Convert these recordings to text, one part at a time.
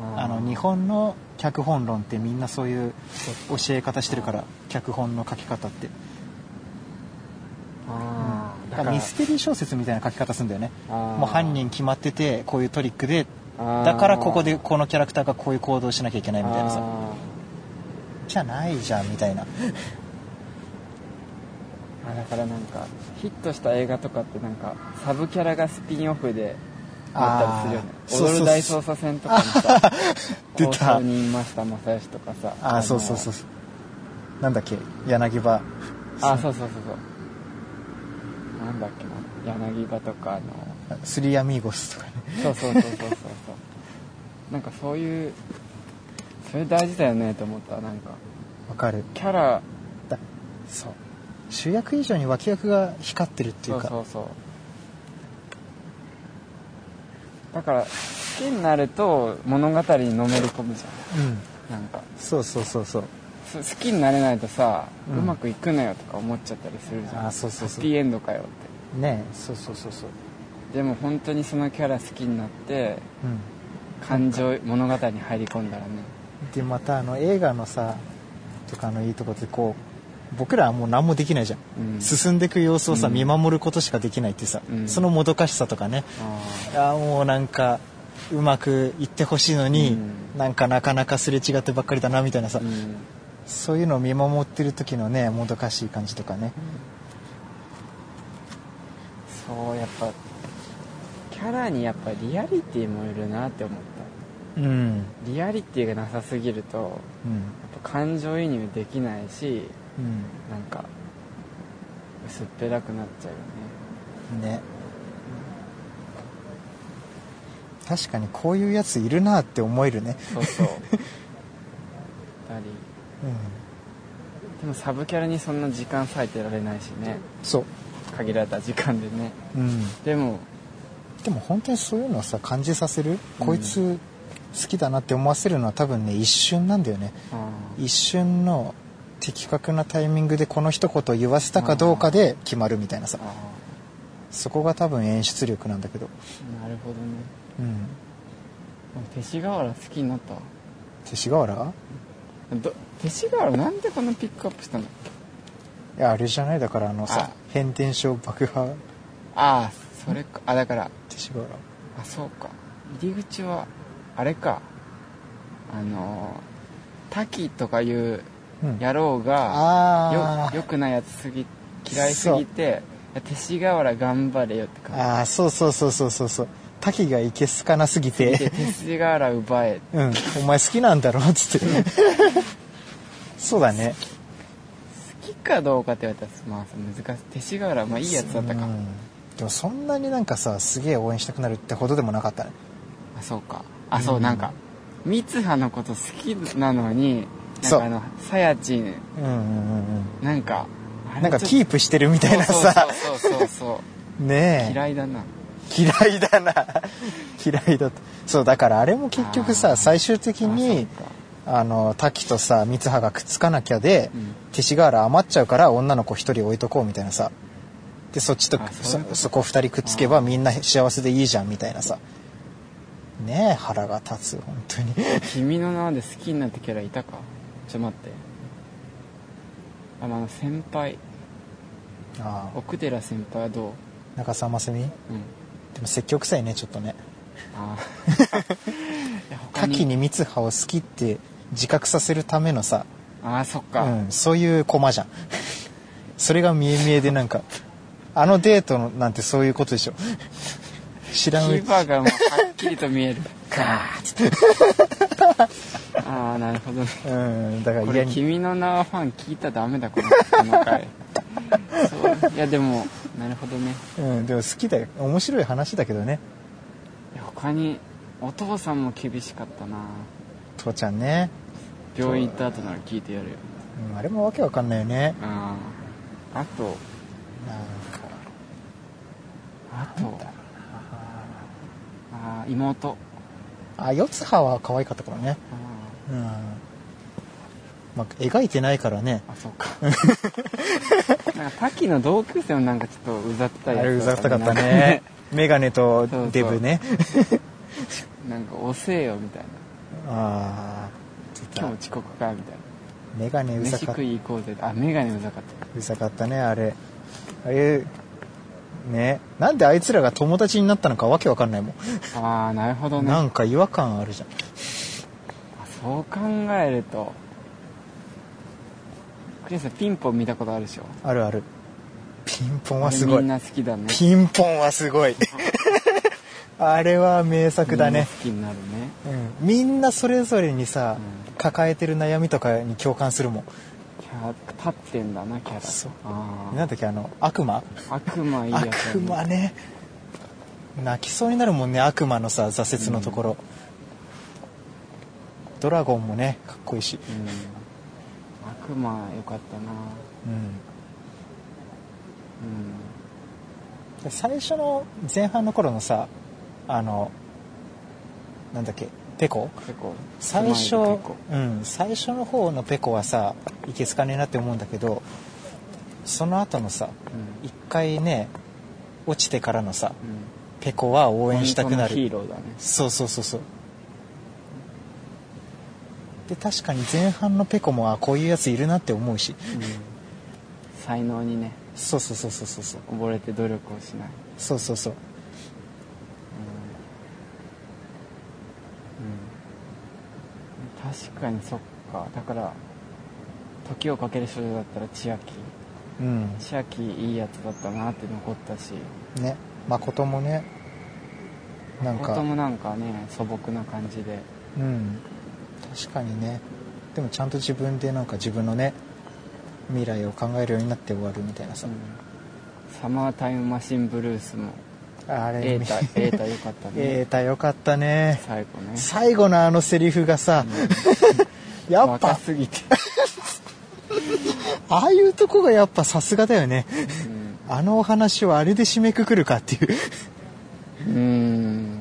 うんあの日本の脚本論ってみんなそういう教え方してるから脚本の書き方って、あーだだかかららミステリー小説みたいな書き方するんだよねあーもう犯人決まっててこういうトリックであーだからここでこのキャラクターがこういう行動しなきゃいけないみたいなさあじゃないじゃんみたいなーあだからなんかヒットした映画とかってなんかサブキャラがスピンオフであったりあーすそうるよそうねそう踊る大捜査線とかもさ 出た放送人マスター正義とかさああそうそうそうそうなんだっけ柳葉あそうそうそうそうなんだっけな柳葉とかあのスリーアミーゴスとかねそうそうそうそう そうそうなんかそういうそれ大事だよねと思ったなんかわかるキャラだそう主役以上に脇役が光ってるっていそううかそうそうだから好きになると物語にのめり込むじうんゃんなんかそうそうそうそうそ好きになれないとさ、ううんまくいくのよとか思っちゃったりするじゃんあそうそうそハッうピーエンドかよっねえそうそうそうそうてでも本当にそのキャラ好きになってうん感情物語に入り込んだらねでまたあの映画のさとかのいいとこってこう僕らはもう何もできないじゃん、うん進んでいく様子をさ、うん見守ることしかできないってさ、うんそのもどかしさとかねああーもうなんかうまくいってほしいのに、うんなんかなかなかすれ違ってばっかりだなみたいなさ、あうんそういうのを見守ってる時のねもどかしい感じとかねそうやっぱキャラにやっぱリアリティもいるなって思っうん、うんたリアリティがなさすぎるとやっぱ感情移入できないしうんなんか薄っぺらくなっちゃうよねね確かにこういうやついるなって思えるね、そうそうやっぱりうん、でもサブキャラにそんな時間割いてられないしねそう限られた時間でねうんでもでも本当にそういうのをさ感じさせる、うんこいつ好きだなって思わせるのは多分ね一瞬なんだよねあ一瞬の的確なタイミングでこの一言を言わせたかどうかで決まるみたいなさーあそこが多分演出力なんだけどーなるほどねうん俺勅使河原好きになったわ勅使河原ど勅使河原なんでこんなピックアップしたんだっけいやあれじゃないだからあのあさ変天症爆破ああそれかあだから勅使河原あそうか入り口はあれかあのー滝とかいううん野郎が、あよーよくないやつすぎ嫌いすぎていや勅使河原頑張れよって感あーそうそうそうそうそうそう滝がいけすかなすぎじでて勅使河原奪えうんお前好きなんだろっつって そうだね好きかどうかって言われたらまあ難しい勅使河原まあいいやつだったか、うんでもそんなになんかさすげえ応援したくなるってほどでもなかったねあそうかあそう、うんなんか三葉のこと好きなのになんそうかあのさやちんうんうんうんなんかうんなんかーキープしてるみたいなさそうそうそうそうそう ねえ嫌いだな嫌いだな 嫌いだとそうだからあれも結局あさー最終的あそうにかあの滝とさ三葉がくっつかなきゃで、うん勅使河原余っちゃうから女の子一人置いとこうみたいなさでそっちとあそうそいうことそこ二人くっつけばみんな幸せでいいじゃんみたいなさねえ腹が立つ本当に君の名はで好きになったキャラいたかちょっと待ってあまああの先輩ああ奥寺先輩はど中澤まさみううんでも積極臭いねちょっとねああ 滝に三葉を好きって自覚させるためのさ、ああそっうか、ん、そういうコマじゃん それが見え見えでなんかあのデートのなんてそういうことでしょ 知らんキうーちパーがもうはっきりと見え るああなるほどねうんだからこ嫌れに君の名はファン聞いたらダメだこのこの回そういやでもなるほどねうん、でも好きだよ面白い話だけどねいや他にお父さんも厳しかったな父ちゃんね、病院行った後なら聞いてやるようん、あれもわけわかんないよねあああとなんかあとああ妹あ四葉は可愛かったからねあうんまあ描いてないからねああそう かなんか滝の同級生もなんかちょっとうざったあいやつれうざったかったなん ねメガネとデブねなんかおせえよみたいなうああ出今た日遅刻かみたいメガネなうざ飯かっ食い行こうぜあメガネうざかったうざかったねあれあれねなんであいつらが友達になったのかわけわかんないもん、ああなるほどねなあんか違和感あるじゃんそう考えるとクリスさんピンポン見たことあるでしょあるあるピンポンはすあれごいみんな好きだねピンポンは すごいあれは名作だみんねな好きになるねうんみんなそれぞれにさ、うん抱えてる悩みとかに共感するもんキャラ立ってんだなキャラそうあなあんだっけあの悪魔悪魔いいやつだ悪魔ねね泣きそうになるもんね悪魔のさ挫折のところ、ドラゴンもねかっこいいうしん悪魔よかったなうんうん最初の前半の頃のさあのなんだっけペコ結構最初狭い結構うん最初の方のペコはさいけつかねえなって思うんだけどその後のさうん一回ね落ちてからのさうんペコは応援したく本な当のヒるーローだねそうそうそうそうで確かに前半のペコもあこういうやついるなって思うし才能にねそうそうそうそうそうそう溺れて努力をしないそうそうそううん、確かにそっかだから時をかける少女だったら千秋うん千秋いいやつだったなって残ったしね誠もねなんか弟もなんかね素朴な感じでうん確かにねでもちゃんと自分でなんか自分のね未来を考えるようになって終わるみたいなうさ、んサマータイムマシンブルースもあれ瑛見 太瑛太よかったえーねたよかったね最後ね最後のあのセリフがさ、 やっ若ぱすぎて、ああいうとこがやっぱさすがだよねうんあのお話をあれで締めくくるかっていううん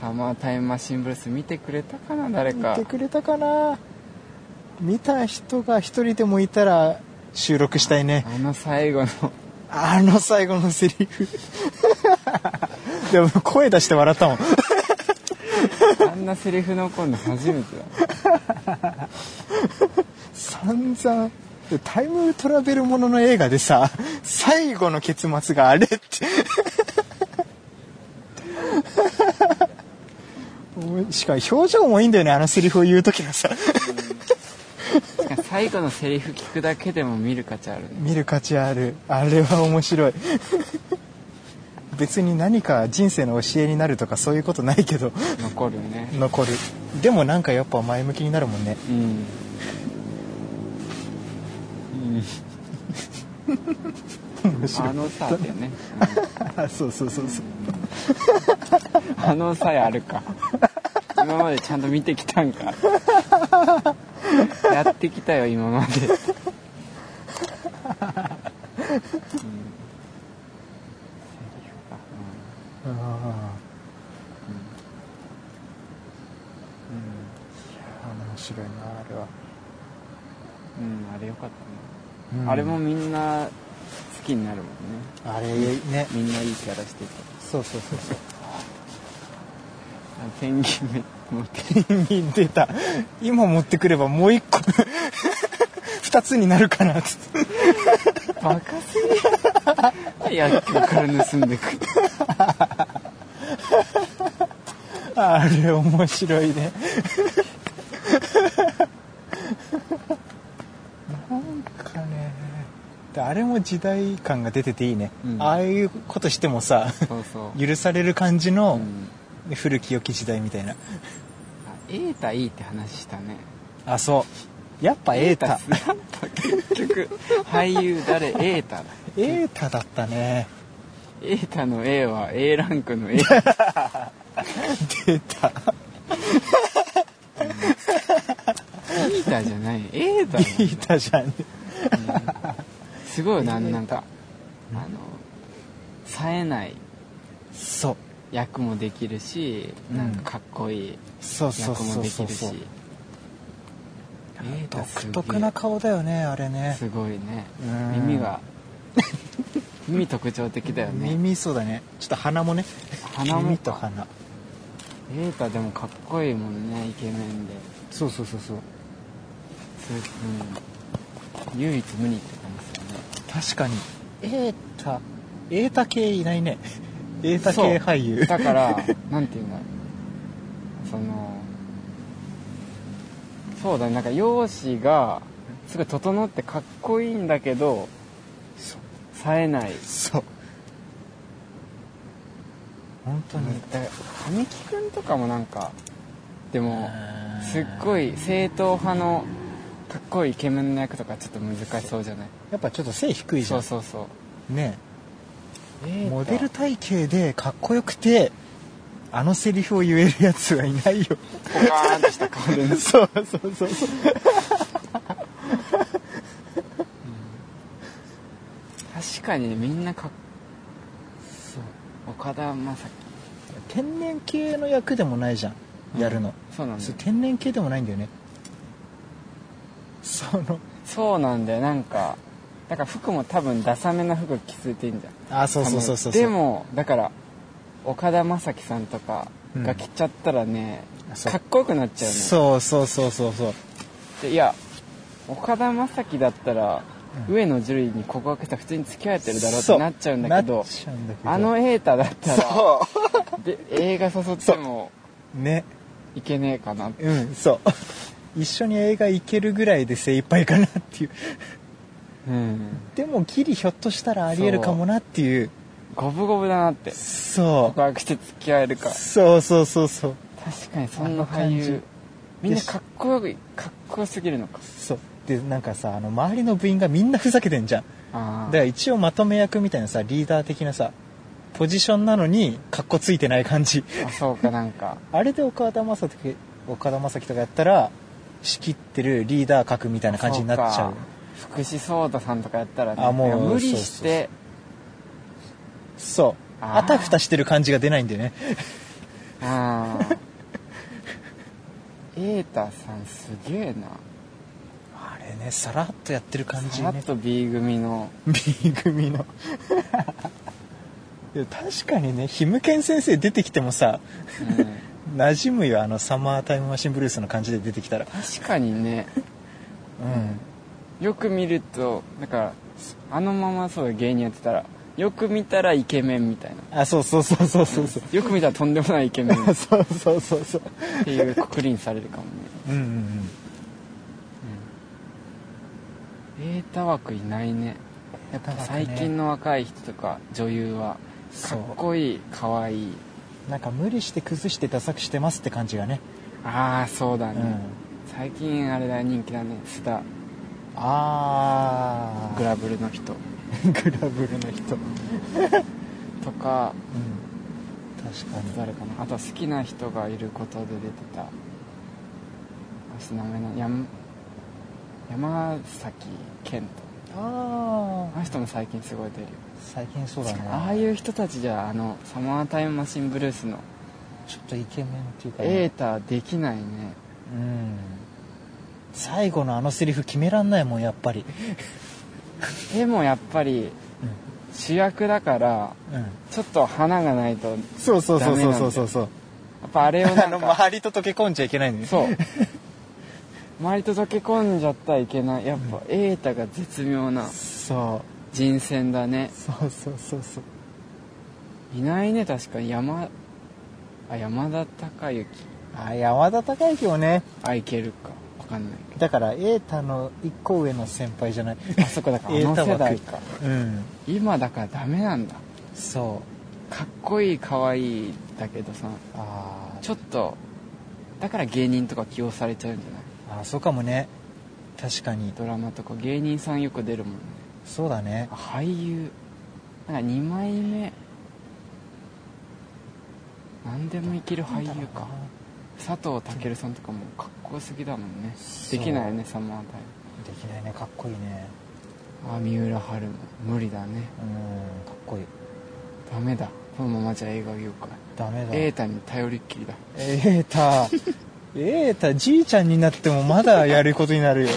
サマータイムマシンブルース見てくれたかな誰見かてくれたかな見た人が一人でもいたら収録したいねあの最後のあの最後のセリフ でも声出して笑ったもんあんなセリフ残るの初めてだ散々でタイムトラベルものの映画でさ最後の結末があれって しかも表情もいいんだよねあのセリフを言う時のさしかも最後のセリフ聞くだけでも見る価値あるね見る価値あるあれは面白い 別に何か人生の教えになるとかそういうことないけど 残るね残るでもなんかやっぱ前向きになるもんねうん面白いあのさってね、そうそうそうそううんあのさえあるか今までちゃんと見てきたんかやってきたよ今まで、うん あーうん面白いなあれは、うん、うんあれよかったね、うんあれもみんな好きになるもんねあれねみんないいキャラしててそうそうそうそう あペンギンめっ持ってペンギン出た今持ってくればもう一個 二つになるかなってバカすぎ る薬局から盗んでくあれ面白いねなんかねであれも時代感が出てていいね、うんああいうことしてもさそうそう許される感じのうん古き良き時代みたいなあ瑛太いいって話したねあそうやっぱ瑛太なんだ結局俳優誰瑛太だ瑛太だったね瑛太の A は A ランクの A 出た瑛太じゃない瑛太瑛太じゃんねすごいよななんかあの冴えないそう役もできるしなんかかっこいいそうそう役そもうできそうるしそう瑛太す独げえ特な顔だよねあれねすごいねうん耳が 耳特徴的だよね耳そうだねちょっと鼻もね鼻も耳と鼻瑛太でもかっこいいもんねイケメンでそうそうそうそうそれうん唯一無二って感じですよね確かに瑛太瑛太系いない ね瑛太系俳優だからなんていうんだろうそのそうだねなんか容姿がすごい整ってかっこいいんだけどそう冴えないそう本当にだから神木君とかもなんかでもあーすっごい正統派のかっこいいイケメンの役とかちょっと難しそうじゃないやっぱちょっと背低いじゃそんうそうそうね瑛太モデル体型でかっこよくてあのセリフを言えるやつはいないよポカーンとした顔でね そうそうそうそう確かにねみんなかっそう岡田将生天然系の役でもないじゃんやるの、そうなんだそうよ天然系でもないんだよねそのそうなんだよなんかだから服も多分ダサめな服着せてんじゃんあそうそうそうそうそうでもだから岡田将生さんとかが着ちゃったらね、うんそうかっこよくなっちゃうねそうそうそうそうそうでいや岡田将生だったら、上野樹里に告白したら普通に付き合えてるだろうっそてなっちゃうんだけなどっちゃうんだけどあの瑛太だったらそで映画誘ってもうねいけねえかなってうんそう一緒に映画行けるぐらいで精一杯かなっていううんでもギリひょっとしたらありえるかもなっていう五分五分だなってそ告白して付き合えるうかそうそうそうそう確かにそんな俳あの感優じみんなかっこよくかっこよすぎるのかそうでなんかさあの周りの部員がみんなふざけてんじゃんあだあから一応まとめ役みたいなさリーダー的なさポジションなのにかっこついてない感じあそうかなんかあれで岡田将生岡田将生とかやったら仕切ってるリーダー格みたいな感じになっちゃうそうか福士蒼太さんとかやったらねあもういや無理してそうあーあたふたしてる感じが出ないんだよねああ 瑛太さんすげえなあれねさらっとやってる感じさらねっと B 組の B 組の いや確かにねひむけん先生出てきてもさうん馴染むよあのサマータイムマシンブルースの感じで出てきたら確かにねうんよく見るとだからあのままそう芸人やってたらよく見たらイケメンみたいなあそうそうそうそうそうそうよく見たらとんでもないイケメンそうそうそうそうっていうくくりにされるかもねうんうんうん瑛太枠いないねやっぱ最近の若い人とか女優はかそうっこいいかわいいなんか無理して崩してダサくしてますって感じがねああそうだね、うん最近あれだ人気だね須田あグラブルの人グラブルの人うんとか確かに誰かなあとは好きな人がいることで出てた私名前な山山崎賢あ人ああの人も最近すごい出るよ最近そうだねああいう人たちじゃあのサマータイムマシンブルースのちょっとイケメンっていうかねエータできないねうん最後のあのセリフ決めらんないもんやっぱりでもやっぱり主役だからうん、うん、ちょっと花がないとやそうそうそうダそうそうメなんだそようそうっぱあれを あなのんか周りと溶け込んじゃいけないのねそう周りと溶け込んじゃったらいけないやっぱエータが絶妙なそ人選だねうそうそうそうそういないね確かに山あ山田孝之あ山田孝之もねあいけるかわかんないけだから瑛太の一個上の先輩じゃない どあそこだからあの世代かうん今だからダメなんだそうかっこいいかわいいだけどさあーちょっとだから芸人とか起用されちゃうんじゃないあーそうかもね確かにドラマとか芸人さんよく出るもんねそうだねあ俳優なんか2枚目何でもいける俳優か佐藤健さんとかもかっこよすぎだもんねそうできないよねサマータイムできないねかっこいいねあ三浦春馬無理だねうんかっこいいダメだこのままじゃ映画業界ダメだ瑛太に頼りっきりだ瑛太瑛太じいちゃんになってもまだやることになるよ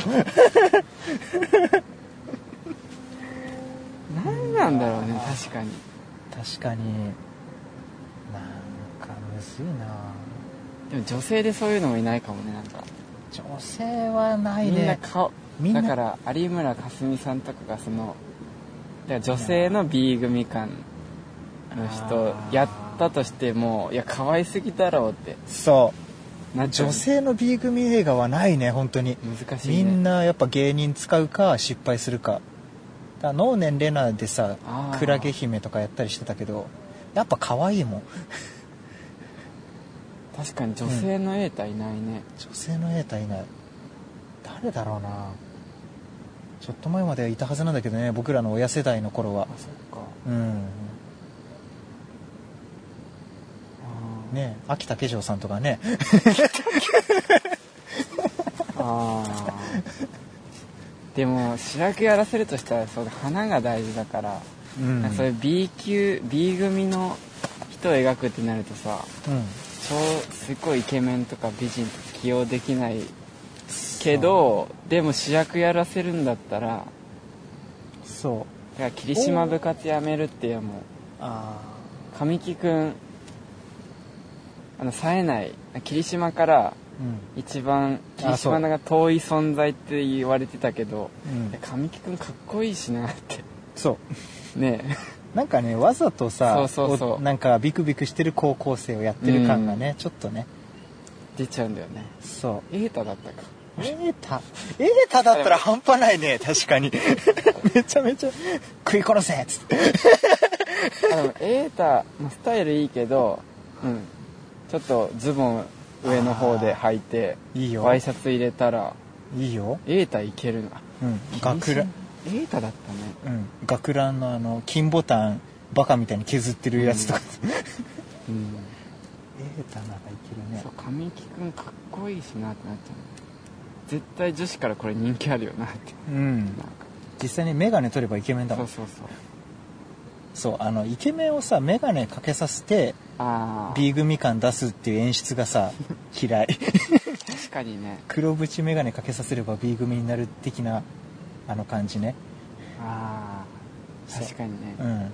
何なんだろうね確かに確かになんかむずいなでも女性でそういうのもいないかもねなんか女性はなみいんなね顔みんなだから有村架純さんとかがそのだから女性の B 組感の人あーやったとしてもいや可愛すぎだろうってそうなっちゃう女性の B 組映画はないね本当に難しみいねんなやっぱ芸人使うか失敗するかだから能年玲奈でさあークラゲ姫とかやったりしてたけどやっぱ可愛いもん確かに女性の瑛太いないね、女性の瑛太いない誰だろうなちょっと前まではいたはずなんだけどね僕らの親世代の頃はあそっかうんあーねえ秋竹城さんとかねあーでも主役やらせるとしたらそう花が大事だから、うんそういう B 級 B 組の人を描くってなるとさうん超すごいイケメンとか美人とか起用できないけどでも主役やらせるんだったらそうだから霧島部活やめるっていうもあう神木君あの冴えない霧島からあう一番霧あそう島が遠い存在って言われてたけどん、うんいや、神木君かっこいいしなってそうね えなんかねわざとさそうそうそうおなんかビクビクしてる高校生をやってる感がね、ちょっとね出ちゃうんだよねそ瑛太だったかうエータエータだったら半端ないね確かにめちゃめちゃ食い殺せっつってあでも瑛太のスタイルいいけど、うん、ちょっとズボン上の方で履いていいよワイシャツ入れたらいいよ、瑛太いけるなうん、学ラン瑛太だったねうん学ランのあの金ボタンバカみたいに削ってるやつとか、うんエータならいけるねそう神木君かっこいいしなってなっちゃう絶対女子からこれ人気あるよなってうんなんか実際に眼鏡取ればイケメンだそうもんそうそうそうあのイケメンをさ眼鏡かけさせてああ B 組感出すっていう演出 がさ嫌い確かにね黒縁眼鏡かけさせれば B 組になる的なあの感じねああそう確かにね、うん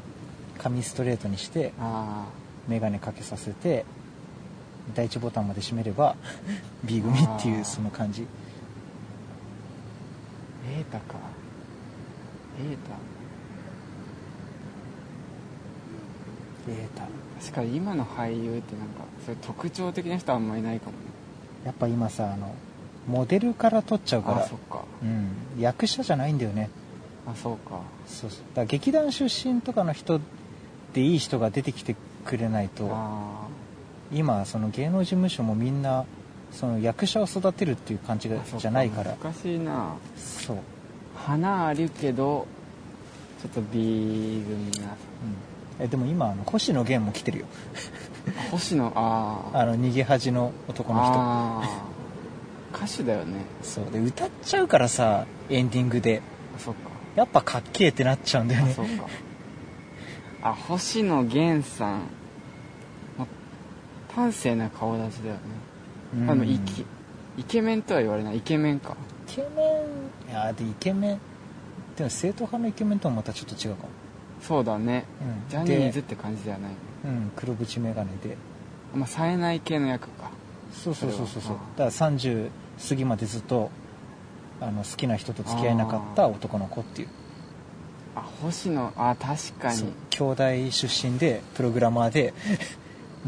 髪ストレートにしてあ眼鏡かけさせて第一ボタンまで閉めれ ば B 組っていあーうその感じあ瑛太か瑛太データ確かに今の俳優ってなんかそういう特徴的な人あんまいないかもねやっぱ今さあのモデルから撮っちゃうかあらそっかうん役者じゃないんだよねあそうかそうそうだから劇団出身とかの人でいい人が出てきてくれないとあ今その芸能事務所もみんなその役者を育てるっていう感じがーあそっじゃないから難しいなそう、うん、花あるけどちょっと B 組なえでも今あの星野源も来てるよ星野あーあの逃げ恥の男のあー歌手だよね人そうで歌っちゃうからさエンディングであそっかやっぱかっけえってなっちゃうんだよあねそうかあ星野源さん、ま、端正な顔立ちだよね、うんあのイケイケメンとは言われないイケメンかイケメンいやでイケメンでも正統派のイケメンともまたちょっと違うかも、そうだねうん、ジャニーズって感じではないで、うん、黒縁眼鏡でまあ、冴えない系の役かそうそうそうそそうそれうはだから30過ぎまでずっとあの好きな人と付き合えなかった男の子っていうあ星野あ確かそうに兄弟出身でプログラマーで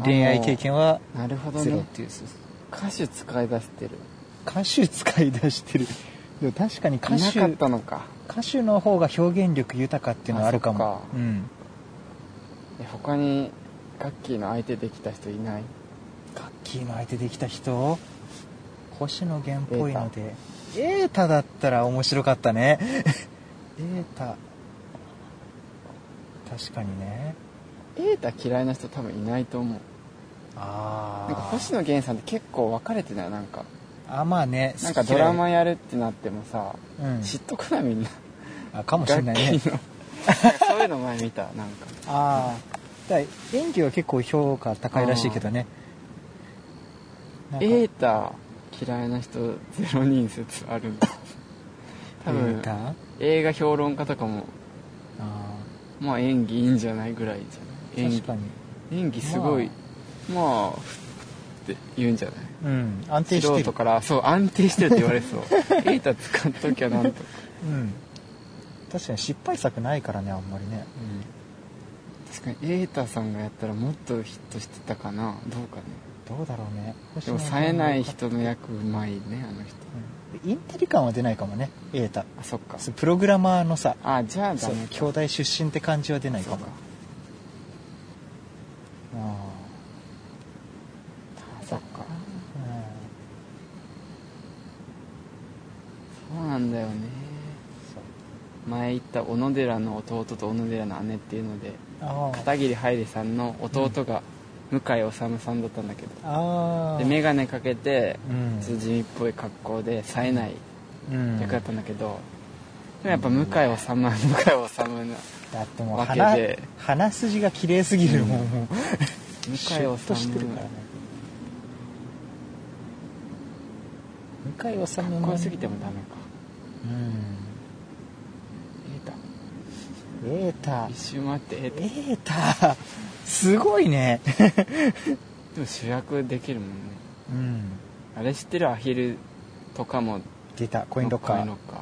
恋愛経験はなるほどゼロっねていうそうそう歌手使い出してる歌手使い出してるでも確かに歌いな手かったのか歌手の方が表現力豊かっていうのはあるかあもそっかうんえ他にガッキーの相手できた人いないガッキーの相手できた人星野源っぽいのでエータだったら面白かったねエータ確かにね瑛太嫌いな人多分いないと思うあなんか星野源さんって結構分かれてないなんかあまあねなんかドラマやるってなってもさ嫌いうん知っとくなみんなあかもしれないね楽器のなん かそういうの前見たなんかああだから演技は結構評価高いらしいけどねなんか瑛太嫌いな人ゼロ人説あるんだ多エ分ータあ映画評論家とかもあまあ演技いいんじゃないぐらいじゃない演確技かに演技すごいまあ、ふって言うんじゃないうん安定して素る人からそう安定してるって言われ そうエータ使っときゃなんとか、うん確かに失敗作ないからねあんまりね確かにエータさんがやったらもっとヒットしてたかなどうかねどうだろうねでも冴えない人の役うまいねあの人うんインテリ感は出ないかもね瑛太あそっかプログラマーのさあじゃあダそうメ兄弟出身って感じは出ないそかうもかあそっかあうんそうなんだよねそう前言った小野寺の弟と小野寺の姉っていうのでああ片桐はいさんの弟が向井治さんだったんだけど、ああで眼鏡かけてうん地味っぽい格好で冴えないうん役だったんだけど、でもやっぱ向井治向井治のだってもうわけ鼻で鼻筋が綺麗すぎるもう向井もうシュッと治してるからね向井治かっもこよすぎてもダメかうん瑛太瑛太一周回って瑛太で瑛太すごいねも主役できるもんねうんあれ知ってるアヒルとかも出たコインロッカコインーロッカー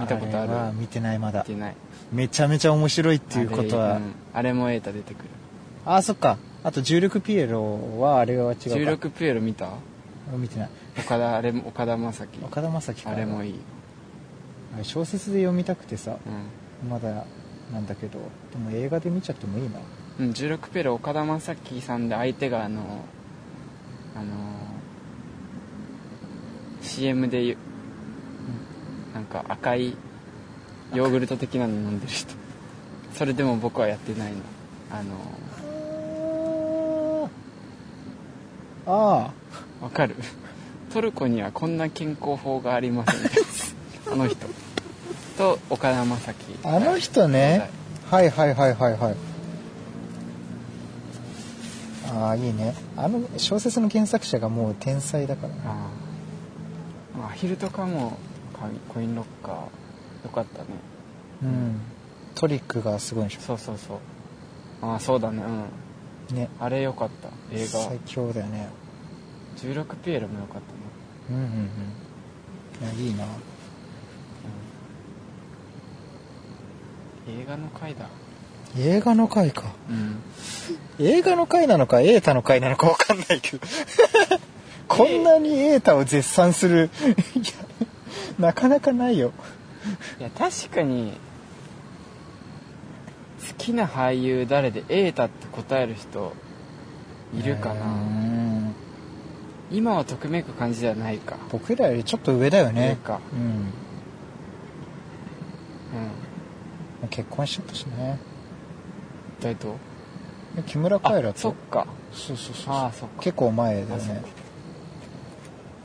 見たことあるれは見てないまだ見てないめちゃめちゃ面白いっていうことあはれ,、うんあれも瑛太出てくるああそっかあと重力ピエロはあれは違うか重力ピエロ見た見てない岡田あれも岡田将生岡田将生かあれもいい、あれ小説で読みたくてさうまだなんだけどでも映画で見ちゃってもいいなんうん、重力ピエロ岡田将生さんで相手があのあの CM でゆなんか赤いヨーグルト的なの飲んでる人それでも僕はやってないのあのあわかる トルコにはこんな健康法がありますみたい なあの人と岡田将あ生あの人ねはいはいはいはいはいああいいねあの小説の原作者がもう天才だからなああアヒルとかもかコインロッカーよかったねうんトリックがすごいんでしそうそうそうああそうだねうんょねあれよかった映画最強だよね16ピエロもよかったねうんうんうんいやいいな映画の回だ映画の回かうん映画の回なのか瑛太の回なのか分かんな いけどこんなに瑛太を絶賛するいやなかなかないよいや確かに好きな俳優誰で瑛太って答える人いるかうなーん今はときめく感じじゃないか僕らよりちょっと上だよ上ねかうんうん結婚しちゃったしね誰と木村カエラあそっとかそうそうそうああそっか結構前だよね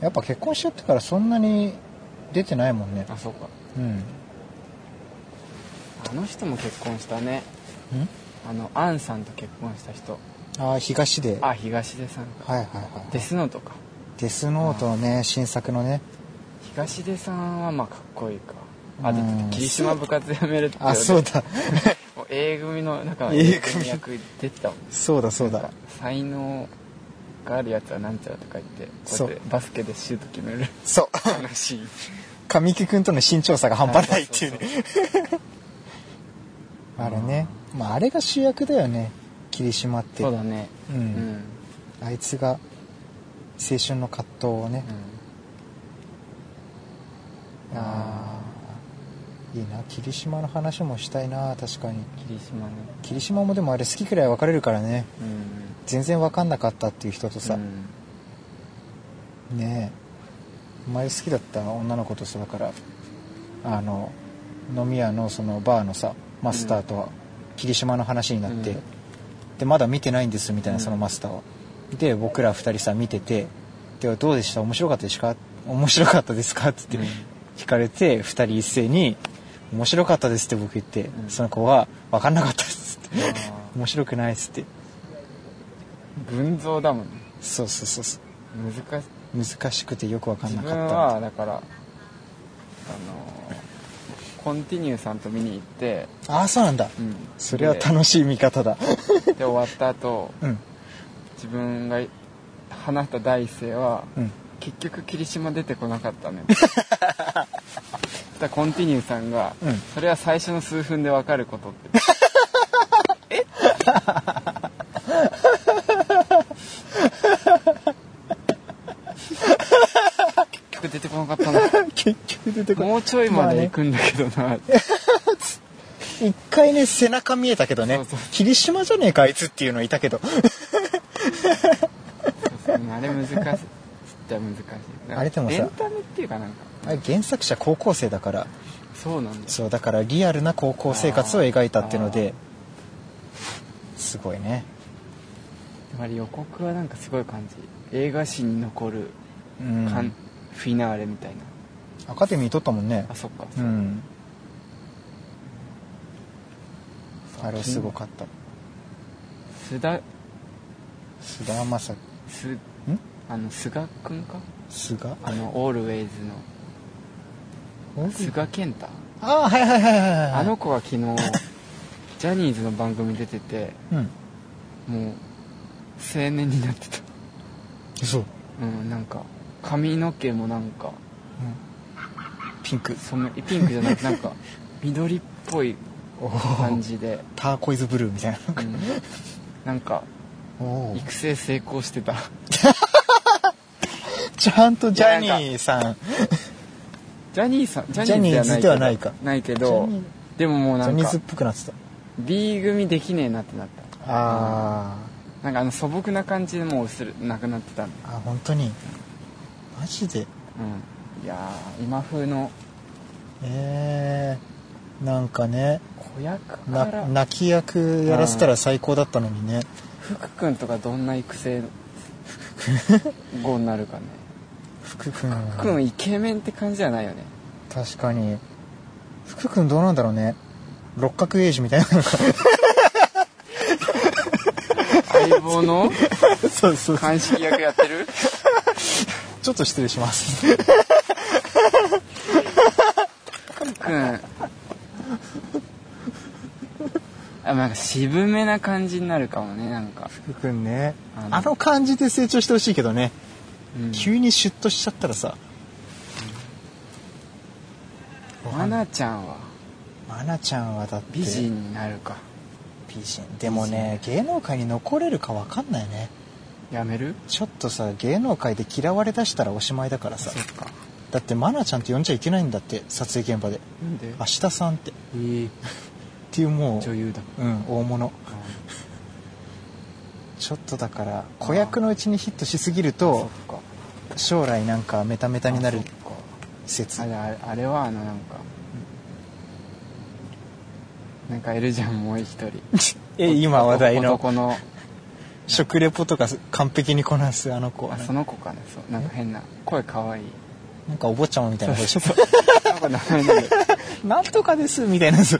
やっぱ結婚しちゃってからそんなに出てないもんねあそっかうんあの人も結婚したねんあのアンさんと結婚した人ああ東ではいあ東出さんかはいはいデスノートかデスノートのね新作のね東出さんはまあかっこいいかあでうん霧島部活やめるってあそうだだもう A 組の中の A A 組組役出てたもんそうだそうだ才能があるやつはなんちゃらとか言ってそこううやってバスケでシュート決めるそう話神木君との身長差 が半端ないっていうねあれねまああれが主役だよね霧島ってそうだねうんうん、うんあいつが青春の葛藤をね、ああいいな霧島の話もしたいな確かに霧島ね霧島もでもあれ好き嫌い分かれるからねうん全然分かんなかったっていう人とさう、んねえ前好きだった女の子とさだからあの飲み屋のそのバーのさマスターとは霧島の話になって、うんでまだ見てないんですみたいなうんそのマスターは、で僕ら2人さ見てて「でどうでした面白かったですか面白かったですか?」って言って、聞かれて2人一斉に「面白かったです」って僕言って、うんその子は「分かんなかったです」ってあ「面白くない」っつってー群像だもんねそうそうそうそう難しい難しくてよく分かん自なか分ったみたいはだからあのコンティニューさんと見に行って、ああそうなんだ、うんそれは楽しい見方だ。で終わった後うん。自分が放った第一声は、うん結局霧島出てこなかった ねそしたらコンティニューさんが、うんそれは最初の数分で分かること」って え結局出てこなか ったな結局出てこないもうちょいまで行くんだけどな、一回ね背中見えたけどねそうそう霧島じゃねえかあいつっていうのいたけどそうそうあれ難しいちっちゃい難しいあれでもさエンタメっていうかなんかあれ原作者高校生だからそうなんだそうだからリアルな高校生活を描いたっていうのですごいねつまり予告はなんかすごい感じ映画史に残るうかんんフィナーレみたいなアカデミー撮ったもんねあそっか、うんあれはすごかった須田菅田将暉すんあの菅君か菅あのオールウェイズの菅健太ああはいはいはいはいはいあの子が昨日ジャニーズの番組出ててうんもう青年になってたそう、うん、うんなんか髪の毛もなんかピンク染めピンクじゃ なくてなんか緑っぽいお感おじで、ターコイズブルーみたいなうんなんかおお育成成功してたちゃんとジャニーさんジャニーさんジジャャニニーーズズででははなないいかかないけジどャニーでももうジなャんニーかズっぽくなってた B 組できねえなってなったあなんかあの素朴な感じでもうするなくなってたんでーあ本当にマジでうんいやー今風のえー、なんかね子役かなら泣き役やらせたら最高だったのにね福君とかどんな育 成後になるかね福君福君イケメンって感じじゃないよね 確かに福君どうなんだろうね六角エイジみた いなのか相棒のそうそう鑑識役やってるちょっと失礼します 福君あなんか渋めな感じになるかもねなんか、福君ねああのの感じで成長してほしいけどね、うん、急にシュッとしちゃったらさ愛菜ちゃんは愛菜ちゃんはだって美人になるか美人でもね芸能界に残れるか分かんないねやめるちょっとさ芸能界で嫌われだしたらおしまいだからさそっかだって愛菜ちゃんって呼んじゃいけないんだって撮影現場でなんで芦田さんってっえーていうも女優だう、うん、大物ちょっとだから子役のうちにヒットしすぎるとっか将来なんかメタメタになるあそっか説あれあれあれはあのなんかなんかいるじゃんもう一人 え今話題の男の食レポとか完璧にこなすあの子あその子かねそうなんか変な声かわいいなんかお坊ちゃまみたいな子でしょなんか名前なんだよなんとかですみたいなや つ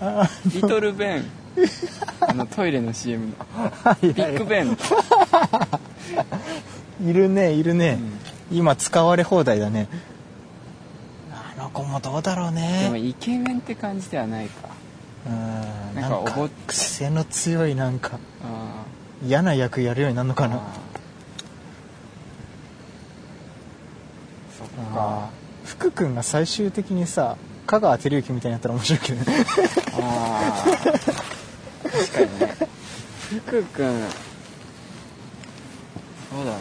ああのリトルベンあのトイレの CM のいビッグベン、うんいるねいるね、今使われ放題だねあの子もどうだろうでもねイケメンって感じではないかうんななんかおんか坊癖の強いなんかあ嫌な役やるようになるのーかなあーそっあかー福君が最終的にさ香川照之みたいになったら面白いけどねああ確かにね福君そうだね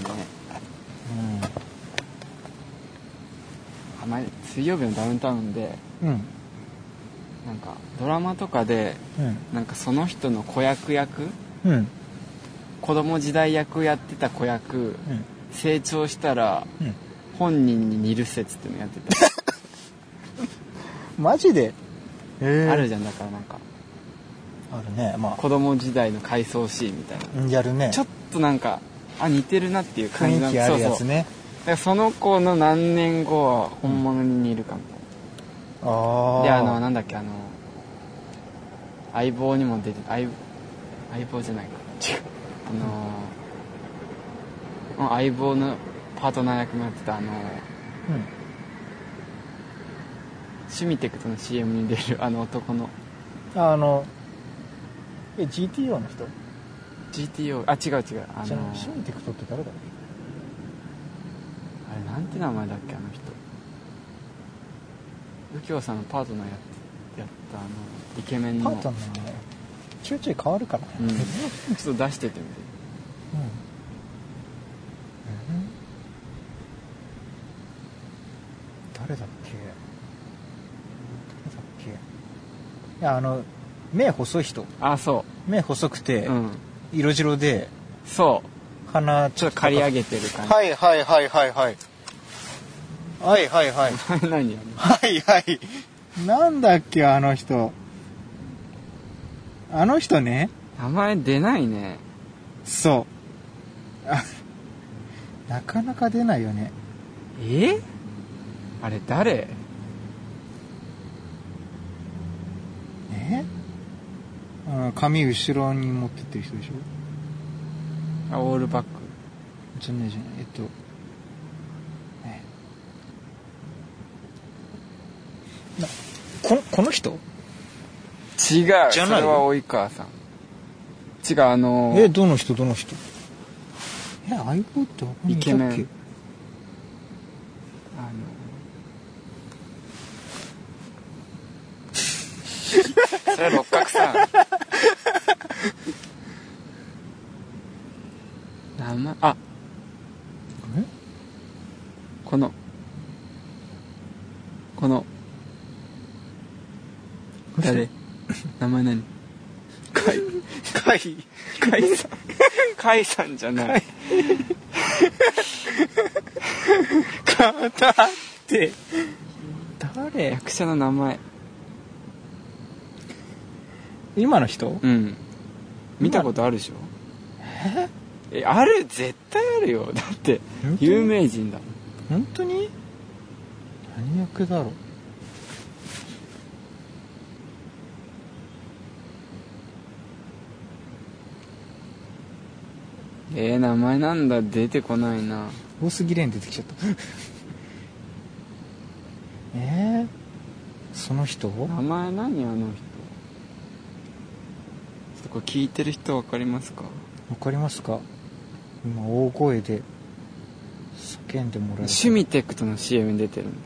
あまり水曜日のダウンタウンでうんうんなんかドラマとかでうんなんかその人の子役役うん子供時代役やってた子役うん成長したらうん本人に似る説っていうのやってた、マジでえーあるじゃんだからなんかあるねま子供時代の回想シーンみたいな、あやるねちょっとなんかあ似てるなっていう感じ雰な囲ん気だあそるうやそうつねだからその子の何年後は本物に似るかみたいな、あであのあなんだっけあの相棒にも出て相相棒じゃないか違うあのー相棒のパートナー役もやってたあのーシュミテクトの CM に出るあの男のうんあのえ GTO の人 GTO あ違う違うあじゃのあシュンテクトって誰だっあれなんて名前だっけあの人右京さんのパートナーやっやったあのイケメけンパのートナーねちょいちょい変わるからねうん、ちょっと出しててみてうんうん誰だっけ誰だっけいやあの目細い人あそ目細くうてうん色白でそう鼻ちょっと刈り上げげてる感じ、はいはいはいはいはいはいはいはい 何やるはいはいなんだっけあの人あの人ね名前出ないねそうあ なかなか出ないよねえあれ誰えうん髪後ろに持ってってる人でしょあオールバックじゃねえじゃねええっとえなここの人違うじゃそないれは及川さん違うあのえどの人どの人え相棒って他にイいたっケメけンあの それ六角 さん名前あえこのこの誰名前何かいかいかい さんかいさんじゃないかだって誰役者の名前今の人うん見たことあるでしょえある絶対あるよだって本当に有名人だもん本当に何役だろうえー、名前なんだ出てこないな多すぎれん出てきちゃった えー、その人名前何あの人ちょっとこれ聞いてる人分かりますかわかりますか今大声で叫んでもらえるシュミテクトの CM に出てるんだよ